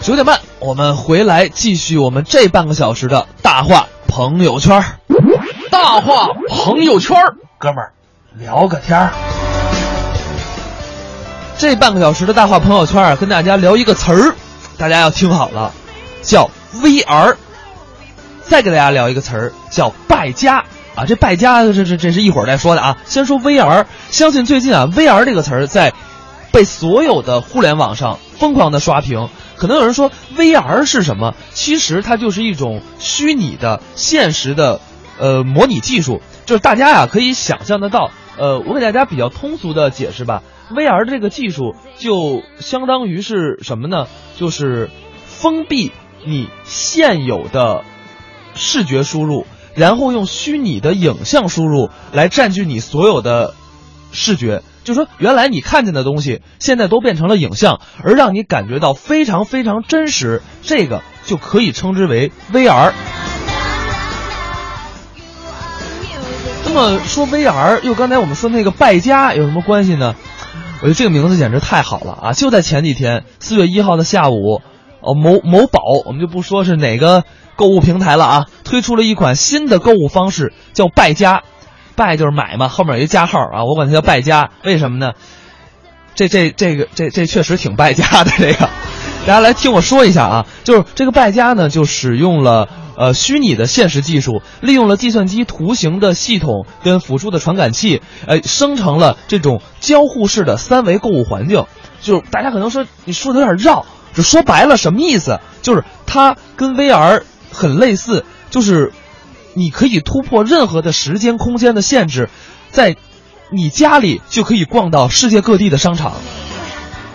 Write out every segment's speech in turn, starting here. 九点半，我们回来继续我们这半个小时的大话朋友圈儿。大话朋友圈，哥们儿聊个天儿。这半个小时的大话朋友圈啊，跟大家聊一个词儿，大家要听好了，叫 VR。再给大家聊一个词儿，叫败家啊。这败家，这这这是一会儿再说的啊。先说 VR，相信最近啊，VR 这个词儿在被所有的互联网上疯狂的刷屏。可能有人说 VR 是什么？其实它就是一种虚拟的、现实的，呃，模拟技术。就是大家呀、可以想象得到。呃，我给大家比较通俗的解释吧，VR 这个技术就相当于是什么呢？就是封闭你现有的视觉输入，然后用虚拟的影像输入来占据你所有的视觉。就说原来你看见的东西，现在都变成了影像，而让你感觉到非常非常真实，这个就可以称之为 VR。那么说 VR 又刚才我们说那个败家有什么关系呢？我觉得这个名字简直太好了啊！就在前几天，四月一号的下午，哦某某宝，我们就不说是哪个购物平台了啊，推出了一款新的购物方式，叫败家。败就是买嘛，后面有一加号啊，我管它叫败家，为什么呢？这这这个这这确实挺败家的这个。大家来听我说一下啊，就是这个败家呢，就使用了呃虚拟的现实技术，利用了计算机图形的系统跟辅助的传感器，呃，生成了这种交互式的三维购物环境。就是大家可能说你说的有点绕，就说白了什么意思？就是它跟 VR 很类似，就是你可以突破任何的时间空间的限制，在你家里就可以逛到世界各地的商场。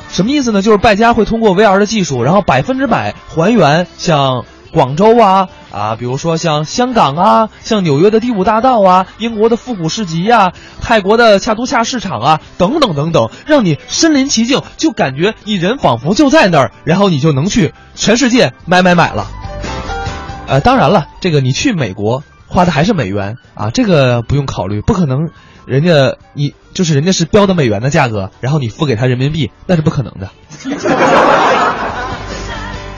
什么意思呢？就是败家会通过 VR 的技术，然后百分之百还原像广州啊啊，比如说像香港啊，像纽约的第五大道啊，英国的复古市集啊，泰国的恰图恰市场啊，等等等等，让你身临其境，就感觉你人仿佛就在那儿，然后你就能去全世界买买买了。呃，当然了，这个你去美国花的还是美元啊，这个不用考虑，不可能，人家你就是人家是标的美元的价格，然后你付给他人民币，那是不可能的。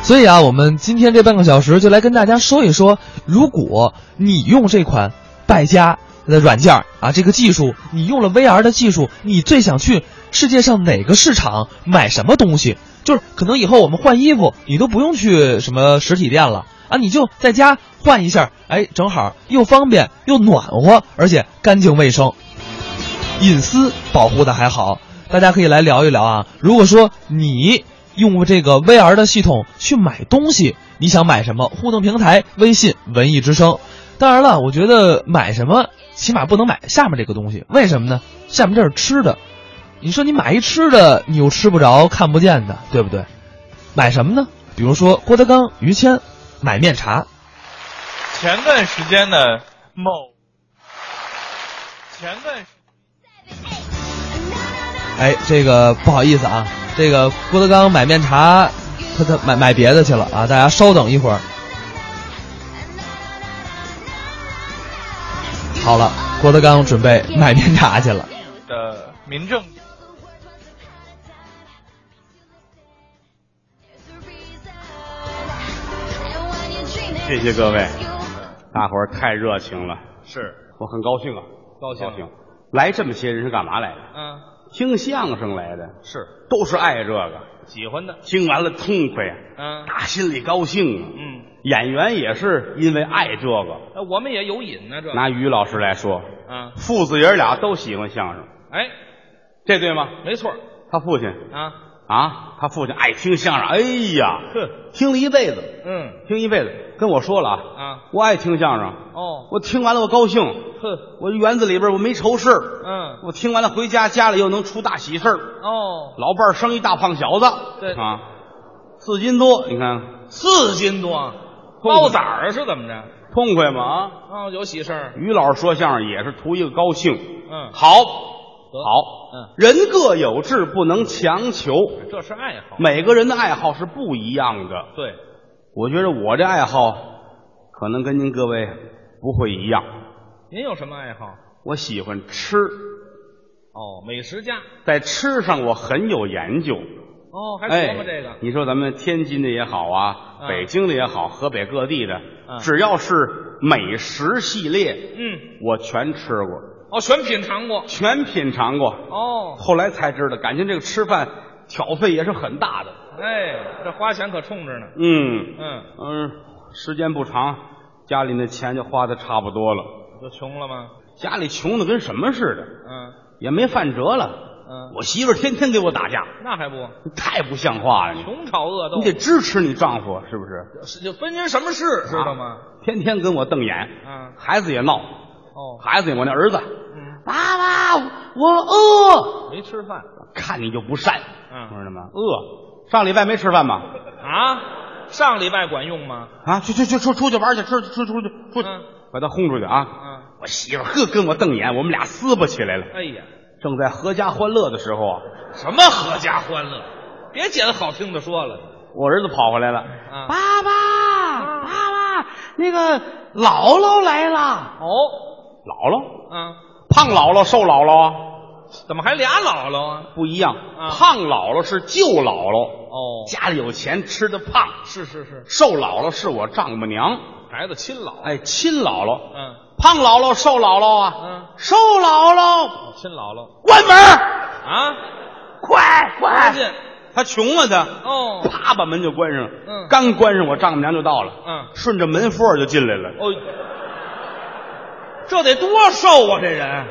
所以啊，我们今天这半个小时就来跟大家说一说，如果你用这款败家的软件儿啊，这个技术，你用了 VR 的技术，你最想去世界上哪个市场买什么东西？就是可能以后我们换衣服，你都不用去什么实体店了啊，你就在家换一下，哎，正好又方便又暖和，而且干净卫生。隐私保护的还好，大家可以来聊一聊啊。如果说你用这个 VR 的系统去买东西，你想买什么？互动平台微信文艺之声。当然了，我觉得买什么起码不能买下面这个东西，为什么呢？下面这是吃的，你说你买一吃的，你又吃不着、看不见的，对不对？买什么呢？比如说郭德纲、于谦，买面茶，前段时间呢，某前段时哎，这个不好意思啊，这个郭德纲买面茶，他他买买别的去了啊，大家稍等一会儿。好了，郭德纲准备买面茶去了。的民政局谢谢各位，大伙儿太热情了，是，我很高兴啊，高兴高兴。来这么些人是干嘛来的？嗯，听相声来的，是都是爱这个。喜欢的，听完了痛快啊，嗯打心里高兴啊。嗯，演员也是因为爱这个。哎，我们也有瘾呢，这，拿于老师来说，嗯，父子爷俩都喜欢相声，哎，这对吗？没错儿他父亲啊，啊，他父亲爱听相声，哎呀，哼，听了一辈子，嗯听一辈子，跟我说了啊，啊，我爱听相声，哦，我听完了我高兴，哼，我园子里边我没愁事儿嗯，我听完了回家，家里又能出大喜事儿。哦，老伴儿生一大胖小子，对啊，四斤多，你看四斤多，包崽儿是怎么着？痛快吗？啊，哦，有喜事儿，于老师说相声也是图一个高兴，嗯，好，得好，嗯，人各有志，不能强求，这是爱好，每个人的爱好是不一样的。对，我觉得我这爱好可能跟您各位不会一样，您有什么爱好？我喜欢吃，哦，美食家，在吃上我很有研究，哦，还哎琢磨这个，你说咱们天津的也好啊，啊北京的也好，河北各地的，啊只要是美食系列，嗯，我全吃过，哦，全品尝过，全品尝过。哦，后来才知道，感情这个吃饭挑费也是很大的。哎，这花钱可冲着呢，嗯嗯，嗯、呃时间不长，家里那钱就花的差不多了，就穷了吗？家里穷的跟什么似的，嗯也没饭辙了。嗯，我媳妇儿天天给我打架，那还不太不像话了你！穷吵恶斗，你得支持你丈夫，是不是？是就分您什么事，知道吗？天天跟我瞪眼，啊，孩子也闹，哦，孩子，我那儿子，嗯，爸爸，我饿，没吃饭看你就不善，嗯知道吗？饿，上礼拜没吃饭吧？啊？上礼拜管用吗？啊，去去去，出出去玩去，吃出出去出去嗯，把他轰出去啊！啊，我媳妇儿呵跟我瞪眼，我们俩撕巴起来了。哎呀，正在阖家欢乐的时候啊，什么合家欢乐？别捡好听的说了我儿子跑回来了，啊！爸爸，爸爸，那个姥姥来了，哦，姥姥，啊，胖姥姥，瘦姥姥啊，怎么还俩姥姥啊？不一样，啊胖姥姥是舅姥姥，哦，家里有钱，吃的胖。是是是，瘦姥姥是我丈母娘，孩子亲姥，哎，亲姥姥，嗯胖姥姥、瘦姥姥啊，嗯，瘦姥姥，哦亲姥姥关门，啊，快快快！进他穷啊，他，哦，啪把门就关上，嗯刚关上，我丈母娘就到了，嗯，顺着门缝儿就进来了。哦，这得多瘦啊，这人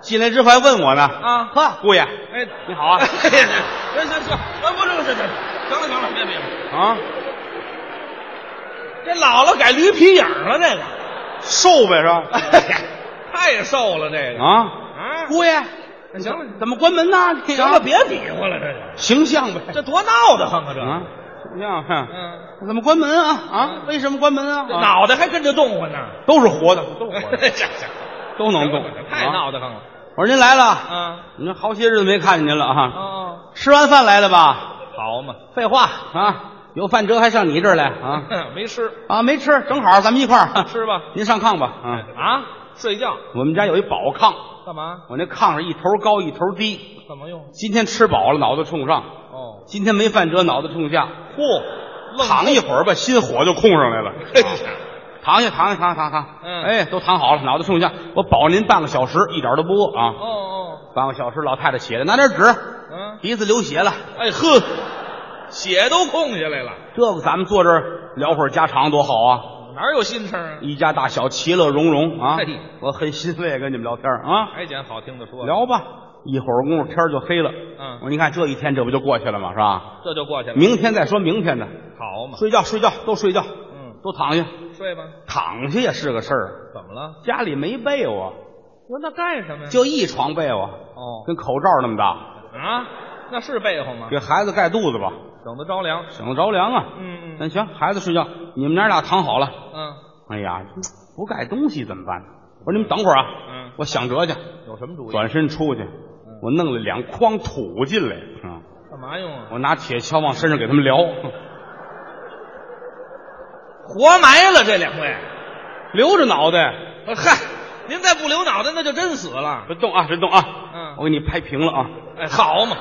进来之后还问我呢，啊呵，姑爷哎，你好啊，哎 呀，行行行，哎，不是不是，行了行了，别别别，啊，这姥姥改驴皮影了，这个瘦呗是吧？哎太瘦了，这个啊，啊，姑爷，行了怎么关门呢？啊行了，别比划了，这个形象呗，这多闹得慌啊，这啊，形象，哼嗯，怎么关门啊？啊，为什么关门啊？这啊脑袋还跟着动唤呢，都是活的，都 行行，都能动行了，哎太啊闹得慌了我说您来了，啊，您好些日子没看见您了啊！哦，吃完饭来的吧？好嘛，废话啊，有饭辙还上你这儿来啊？ 没吃啊，没吃，正好咱们一块儿。吃吧 您上炕吧啊！啊，睡觉我们家有一宝炕，干嘛？我那炕是一头高一头低。怎么用？今天吃饱了，脑袋冲上； 哦，今天没饭辙，脑袋冲下。嚯，愣躺一会儿吧，心火就空上来了。躺下，躺下，躺下，躺下。嗯哎，都躺好了，脑袋冲下。我保您半个小时，一点都不饿啊！哦哦，半个小时，老太太起来拿点纸，嗯，鼻子流血了。哎呵，血都空下来了，这个咱们坐这儿聊会儿家常多好啊！哦哪有心肠啊？一家大小其乐融融啊嘿！我很欣慰跟你们聊天啊，还捡好听的说，聊吧。一会儿功夫天儿就黑了，嗯我说你看这一天这不就过去了吗？是吧？这就过去了，明天再说明天的，好嘛，睡觉睡觉都睡觉，嗯，都躺下，睡吧，躺下也是个事儿。怎么了？家里没被窝，我那干什么呀？就一床被窝，哦跟口罩那么大，啊，那是被窝吗？给孩子盖肚子吧，等着着凉，省得着娘啊。嗯嗯那行，孩子睡觉，你们娘俩躺好了。嗯哎呀，不盖东西怎么办？我说你们等会儿啊，嗯我想辙去。有什么主意？转身出去，我弄了两筐土进来，啊，干嘛用啊？我拿铁锹往身上给他们撩，活埋了这两位，留着脑袋，呃嗨，您再不留脑袋，那就真死了。别动啊，别动啊，嗯我给你拍平了啊，哎，好嘛，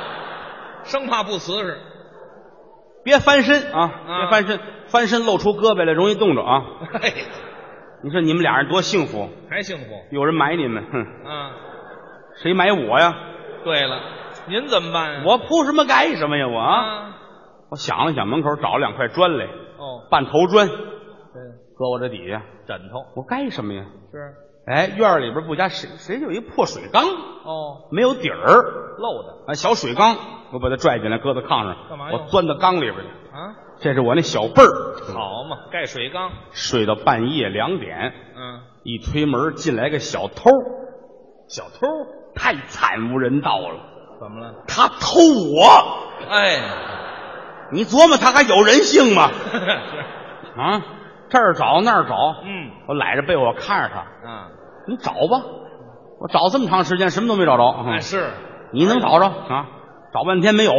生怕不瓷实。 别翻身啊，嗯别翻身，翻身露出胳膊来容易冻着啊。嘿，你说你们俩人多幸福，还幸福有人买你们，哼，啊！谁买我呀？对了，您怎么办呀？我铺什么盖什么呀？我啊，啊，我想了想，门口找了两块砖来，哦，半头砖搁对，我这底下，枕头我盖什么呀？是哎，院儿里边不加谁谁有一破水缸，哦，没有底儿，漏的啊，小水缸，我把它拽进来，搁到炕上，干嘛我用钻到缸里边去。啊，这是我那小辈儿，好嘛，盖水缸，睡到半夜两点，嗯，一推门进来个小偷，小偷太惨无人道了，怎么了？他偷我，哎，你琢磨他还有人性吗？ 是，啊，这儿找那儿找，嗯我揽着被窝看着他，啊，你找吧，我找这么长时间什么都没找着，啊哎是，哎你能找着啊？找半天没有，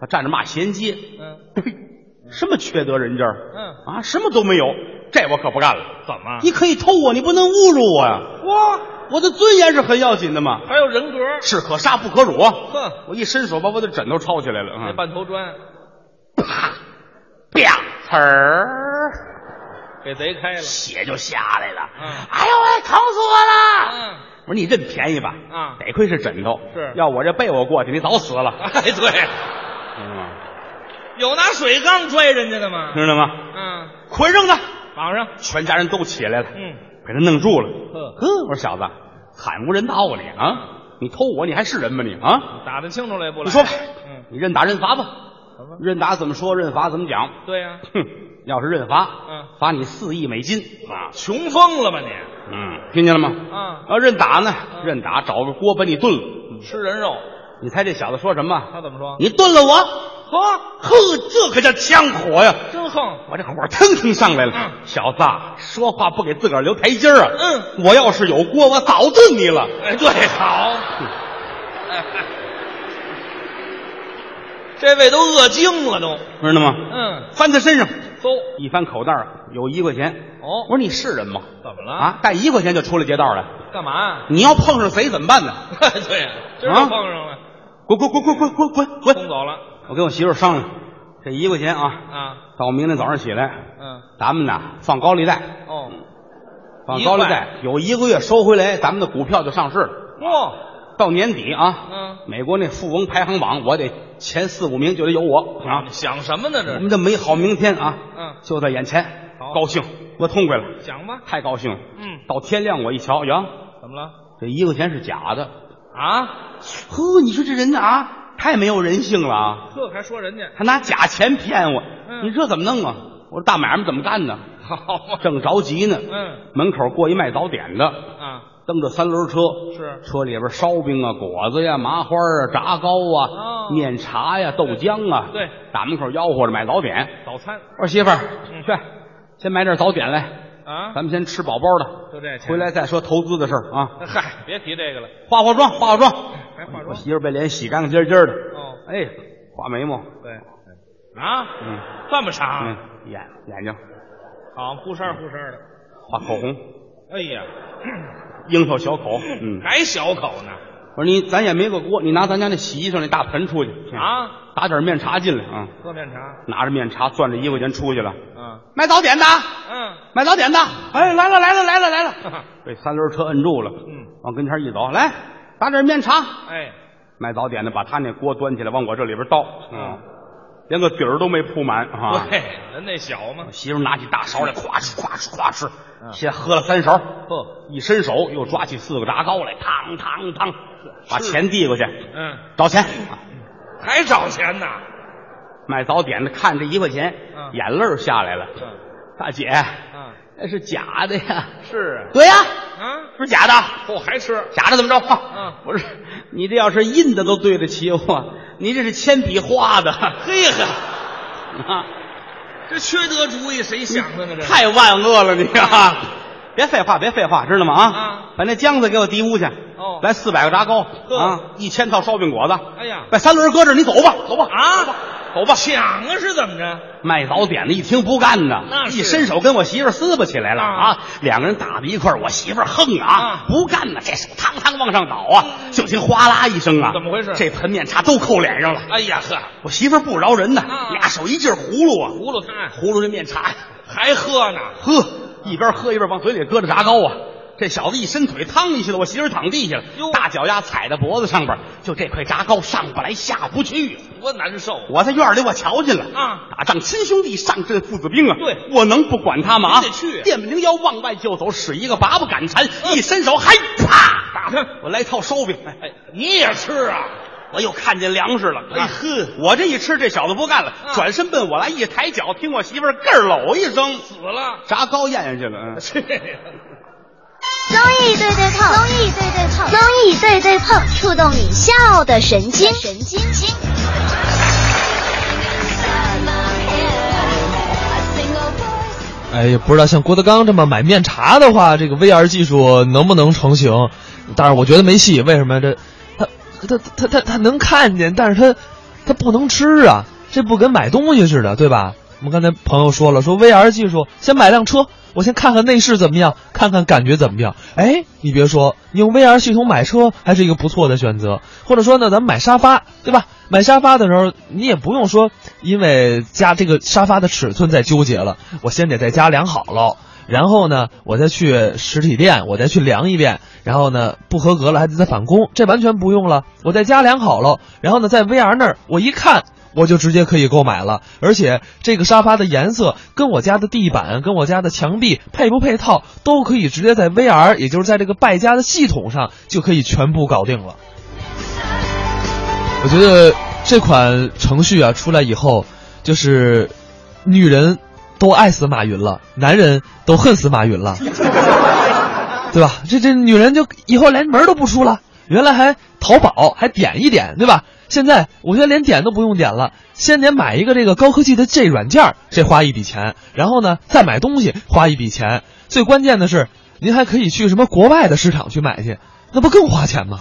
他站着骂衔接，嗯什么缺德人家儿嗯，啊，什么都没有，这我可不干了。怎么你可以偷我，你不能侮辱我呀！哇，我的尊严是很要紧的嘛。还有人格，士可杀不可辱啊！哼，我一伸手把我的枕头抄起来了，那嗯，半头砖啪，呲儿，给贼开了。血就下来了。嗯哎呦喂，疼死我了！嗯，我说你认便宜吧，啊得亏是枕头，是要我这被我过去，你早 死了，嗯哎，对，知道吗？有拿水缸拽人家的吗？知道吗？嗯，捆上他！绑上。全家人都起来了，嗯，给他弄住了。呵，呵，我说小子，惨无人道啊你啊！你偷我，你还是人吗你啊？打得清楚了也不来。你说吧，嗯，你认打认罚吧，好吧。认打怎么说，认罚怎么讲？对呀，哼，要是认罚，嗯，罚你四亿美金啊！穷疯了吧你？嗯，听见了吗？啊，要认打呢，认打找个锅把你炖了。吃人肉，你猜这小子说什么？嗯他怎么说？你炖了我？嗯呵，呵，这可叫枪火呀！真横。我这火腾腾上来了，嗯小子啊，说话不给自个儿留台阶儿啊！嗯，我要是有锅，我早炖你了。哎，对，好。这位都饿精了都。知道吗？嗯，翻他身上，搜。一翻口袋儿啊有一块钱。哦我说你是人吗？怎么了？啊，带一块钱就出来劫道来，干嘛？啊你要碰上贼怎么办呢？ 对呀，今儿就碰上了，滚滚滚滚滚滚滚冲滚！走了我跟我媳妇儿商量，这一块钱啊，啊。到明天早上起来，嗯，咱们呐放高利贷，哦，放高利贷，有一个月收回来，咱们的股票就上市了。哇，到年底啊，嗯，美国那富翁排行榜，我得前四五名就得有我啊！你想什么呢？我这们是，的美好明天啊，嗯，就在眼前，好高兴，我痛快了，想吧。太高兴了。嗯，到天亮我一瞧，呀，怎么了？这一块钱是假的。啊？呵，你说这人啊，太没有人性了啊！这还说人家他拿假钱骗我，嗯你这怎么弄啊？我说大买卖怎么干呢？好啊嘛？正着急呢，嗯门口过一卖早点的，啊，蹬着三轮车，是车里边烧饼啊、果子呀、麻花啊、炸糕啊、哦面茶呀、豆浆啊，对，大门口吆喝着买早点。早餐我说媳妇儿，嗯去，先买点早点来，啊咱，们先吃饱饱的，就这钱。回来，再说投资的事儿啊。嗨，别提这个了，化化妆，化化妆。还化我妆。媳妇儿被脸洗干干净净的，哎哦，哎，画眉毛，对，啊，嗯这么长，嗯，眼眼睛好，忽扇忽扇的。画口红，哎呀，樱桃小口，嗯。还小口呢我说你咱也没个锅，你拿咱家那洗衣裳那大盆出去，啊！打点面茶进来啊、嗯喝面茶，拿着面茶攥着一块钱出去了，嗯买早点的，嗯，买早点的，哎，来了来了来了来了，哈哈被三轮车摁住了，嗯，往跟前一走，来打点面茶，哎，卖早点的把他那锅端起来往我这里边倒，嗯，连个底儿都没铺满啊。对，人那小嘛我，媳妇拿起大勺来，咵哧咵哧咵哧，先喝了三勺，呵，一伸手又抓起四个炸糕来，嘡嘡嘡，把钱递过去，嗯，找钱。还找钱呢，卖早点的看这一块钱，嗯眼泪儿下来了。嗯大姐，嗯，那是假的呀！是对呀，啊，是假的，嚯，还吃，假的怎么着？嗯不是，你这要是印的都对得起我，你这是铅笔画 的，嘿呵，啊，这缺德主意谁想的呢？这是嗯太万恶了你啊！别废话，别废话，知道吗？啊，啊把那浆子给我提屋去。哦来四百个炸糕呵啊，一千套烧饼果子。哎呀把三轮搁这儿，你走吧，走吧。啊，走吧抢啊是怎么着？卖早点的一听不干呐，那是一伸手跟我媳妇儿撕巴起来了啊啊！两个人打到一块儿，我媳妇儿横啊啊，嗯不干呐，这手汤汤往上倒啊，就听哗啦一声啊，怎么回事这盆面茶都扣脸上了。哎呀呵，我媳妇儿不饶人呐啊，俩手一劲儿葫芦啊，葫芦摊葫芦这面茶呀，还喝呢，呵，一边喝一边往嘴里搁着炸糕啊。这小子一伸腿，趟一下子，我媳妇儿躺地下了哟，大脚丫踩在脖子上边儿，就这块炸糕上不来下不去。多难受啊！我在院里我瞧见了啊，打仗亲兄弟上阵父子兵啊，对我能不管他吗？啊你得去嗯电不灵腰往外就走，使一个拔不赶缠，一伸手还啪打哼我来套烧饼，哎，哎，你也吃啊？我又看见粮食了，哎呵，我这一吃，这小子不干了，啊转身奔我来，一抬脚，听我媳妇儿咯儿搂一声，死了，炸糕咽下去了，嗯。综艺对对碰，综艺对对碰，综艺对对碰，触动你笑的神经，神经经。哎，也不知道像郭德纲这么买面茶的话，这个 VR 技术能不能成型？但是我觉得没戏。为什么？这他他他他他能看见，但是他他不能吃啊，这不跟买东西似的，对吧？我们刚才朋友说了，说 VR 技术，先买辆车，我先看看内饰怎么样，看看感觉怎么样。哎，你别说，你用 VR 系统买车还是一个不错的选择。或者说呢，咱们买沙发，对吧？买沙发的时候，你也不用说因为加这个沙发的尺寸再纠结了，我先得在家量好了。然后呢，我再去实体店，我再去量一遍，然后呢，不合格了还得再返工，这完全不用了。我在家量好了，然后呢，在 VR 那儿我一看，我就直接可以购买了。而且这个沙发的颜色跟我家的地板、跟我家的墙壁配不配套，都可以直接在 VR，也就是在这个败家的系统上就可以全部搞定了。我觉得这款程序啊出来以后，就是女人都爱死马云了，男人都恨死马云了，对吧？这这女人就以后连门都不出了。原来还淘宝还点一点，对吧？现在我觉得连点都不用点了，先得买一个这个高科技的 G 软件儿，这花一笔钱，然后呢再买东西花一笔钱，最关键的是您还可以去什么国外的市场去买去，那不更花钱吗？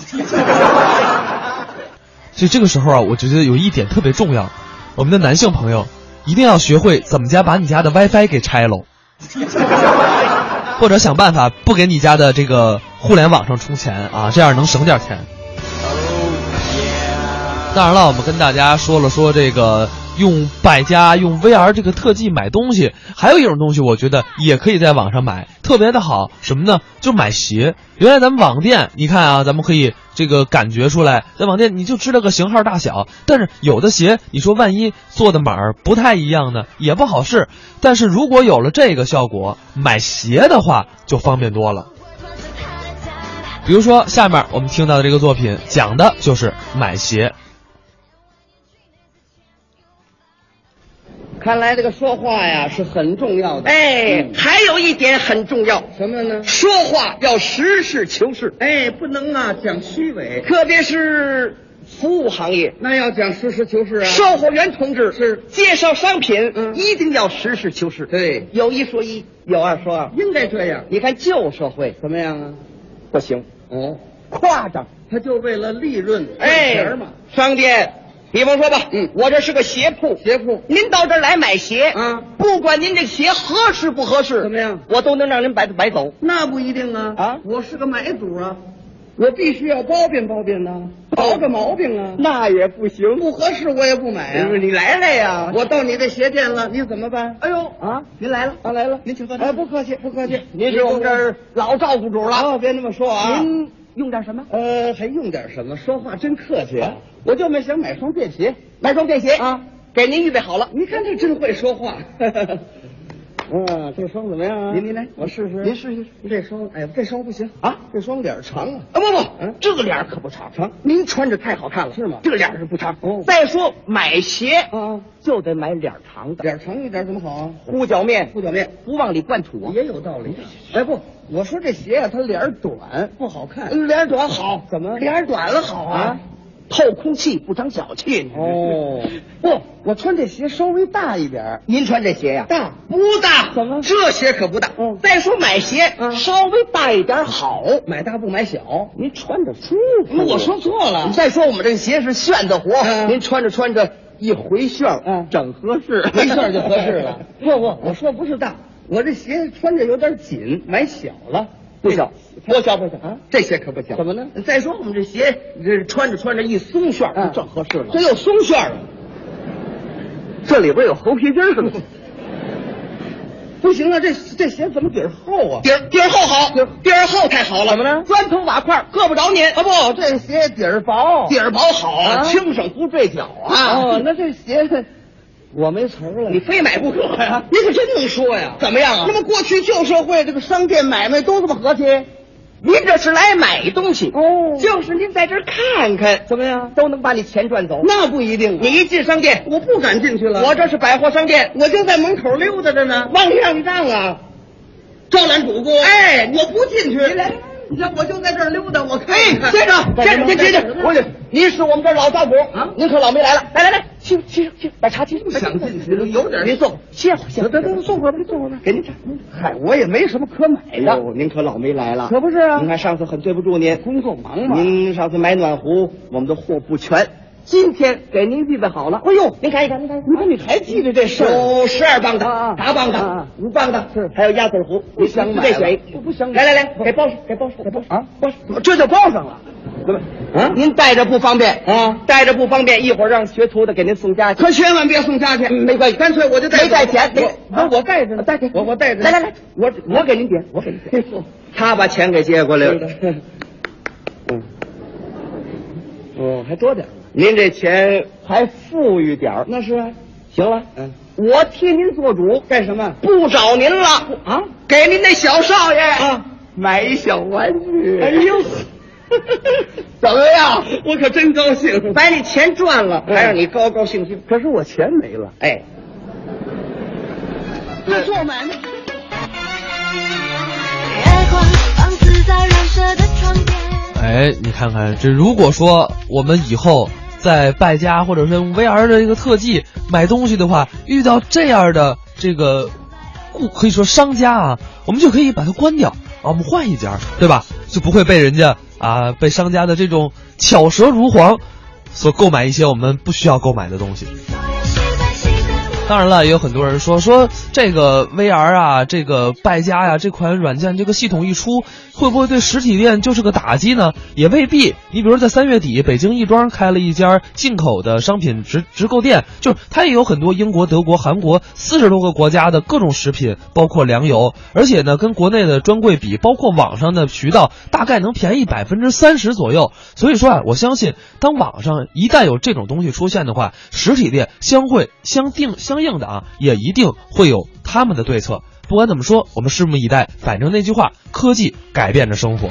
所以这个时候啊，我觉得有一点特别重要，我们的男性朋友一定要学会怎么家把你家的 WiFi 给拆喽，或者想办法不给你家的这个互联网上充钱啊，这样能省点钱。当然了，我们跟大家说了说这个用百家、用 VR 这个特技买东西，还有一种东西，我觉得也可以在网上买，特别的好。什么呢？就买鞋。原来咱们网店，你看啊，咱们可以这个感觉出来，在网店你就知道个型号大小，但是有的鞋，你说万一做的码儿不太一样呢，也不好试。但是如果有了这个效果，买鞋的话就方便多了。比如说，下面我们听到的这个作品讲的就是买鞋。看来这个说话呀是很重要的。嗯哎，还有一点很重要，什么呢？说话要实事求是，哎，不能啊讲虚伪，特别是服务行业。那要讲实事求是啊。售货员同志是介绍商品，嗯一定要实事求是。对，有一说一，有二说二。应该这样。你看旧社会怎么样啊？不行，哦，夸张。他就为了利润挣哎钱嘛。，商店，比方说吧，嗯我这是个鞋铺，鞋铺您到这儿来买鞋，啊不管您这鞋合适不合适，怎么样我都能让您买买走。那不一定啊。啊我是个买主啊，我必须要包庇包庇呢，找个毛病啊。哦那也不行哎不合适我也不买啊。你来了呀，我到你的鞋店了，你怎么办？哎呦啊，您来了，啊，来了，您请坐哎，不客气，不客气。您是我们这儿老照顾主了，哦，别那么说啊。您用点什么？呃，还用点什么？说话真客气啊！我就没想买双便鞋，买双便鞋啊，给您预备好了。你看这真会说 话。嗯，这双怎么样啊？您您来我试试。您试试这双，哎，这双不行啊，这双脸长啊。啊不不，嗯这个脸儿可不长，长您穿着太好看了，是吗这个脸儿是不长。哦再说买鞋啊，就得买脸儿长的，脸长一点怎么好啊？糊脚面，不表面不往里灌土啊。也有道理啊。哎不，我说这鞋啊呀、它脸短，不好看。脸儿短好，怎么脸儿短了好啊啊？透空气不长脚气。 哦，不，我穿这鞋稍微大一点儿，您穿这鞋呀、大不大？怎么这鞋可不大。嗯再说买鞋、嗯稍微大一点好。买大不买小。您穿着舒服我说错了再说我们这个鞋是旋的活，嗯您穿着穿着一回旋儿，嗯整合适，。一下就合适了 不不，我说不是大，我这鞋穿着有点紧，买小了。不小，我小不小啊？这鞋可不行。怎么呢？再说我们这鞋这穿着穿着一松旋儿，嗯正合适了。这又松旋了，这里边有猴皮筋儿是吗？不行啊，这这鞋怎么底儿厚啊？底儿底儿厚好，底儿厚太好了。嗯怎么了砖头瓦块儿硌不着您啊，哦，这鞋底儿哦薄。底儿薄好，啊轻省不坠脚啊。哦，那这鞋我没词儿了。你非买不可 呀、您可真能说呀！怎么样啊？那么过去旧社会这个商店买卖都这么和气您这是来买东西，哦就是您在这儿看看，怎么样？都能把你钱赚走。那不一定啊。你一进商店，我不敢进去了，我这是百货商店，我就在门口溜达着呢，往上让啊，招揽主顾。哎，我不进去。你来你看我就在这儿溜达，我看哎一，看。先生，干什先么生，先干什生，么我您是我们这儿老道主啊您可老没来了。来来来，去去去，把茶沏上。不想进去了，有点您坐，歇会儿，歇会儿，得得得坐会儿吧坐会儿吧给您茶。嗨，我也没什么可买哎的，呦，您可老没来了，可不是啊您看上次很对不住您，工作忙嘛。您上次买暖壶，我们的货不全，今天给您预备好了。哎呦，您看一看，您看，你看你还记得这事儿？有十二磅的啊啊，八磅啊啊的，五磅的，还有鸭嘴壶，不想买这了水，不不想买来来来，给包上，给包上，给包上啊，这就报上了。啊！您带着不方便啊带着不方便，一会儿让学徒的给您送家去。可千万别送家去，没关系，干脆我就带没带钱我啊没我我带着呢，带着我我带着来呢。来来我我给您点，我给您 点。他把钱给接过来了。嗯，哦，还多点儿呢，您这钱还富裕点儿，那是啊，行了，嗯，我替您做主，干什么？不找您了啊，给您那小少爷啊买一小玩具。哎 呦，怎么样？我可真高兴。把你钱赚了，还让你高高兴兴。可是我钱没了，哎，不做买卖。月光放肆在染色的窗边。哎，你看看这，如果说我们以后在败家或者是用 VR 的一个特技买东西的话，遇到这样的这个顾可以说商家啊，我们就可以把它关掉啊，我们换一家，对吧？就不会被人家啊被商家的这种巧舌如簧所购买一些我们不需要购买的东西。当然了，也有很多人说说这个 VR 啊，这个败家呀、这款软件这个系统一出，会不会对实体店就是个打击呢？也未必。你比如在三月底，北京亦庄开了一家进口的商品直直购店，就是它也有很多英国、德国、韩国四十多个国家的各种食品，包括粮油，而且呢，跟国内的专柜比，包括网上的渠道，大概能便宜百分之三十左右。所以说啊，我相信，当网上一旦有这种东西出现的话，实体店相会相定相应的啊，也一定会有他们的对策。不管怎么说，我们拭目以待。反正那句话，科技改变着生活。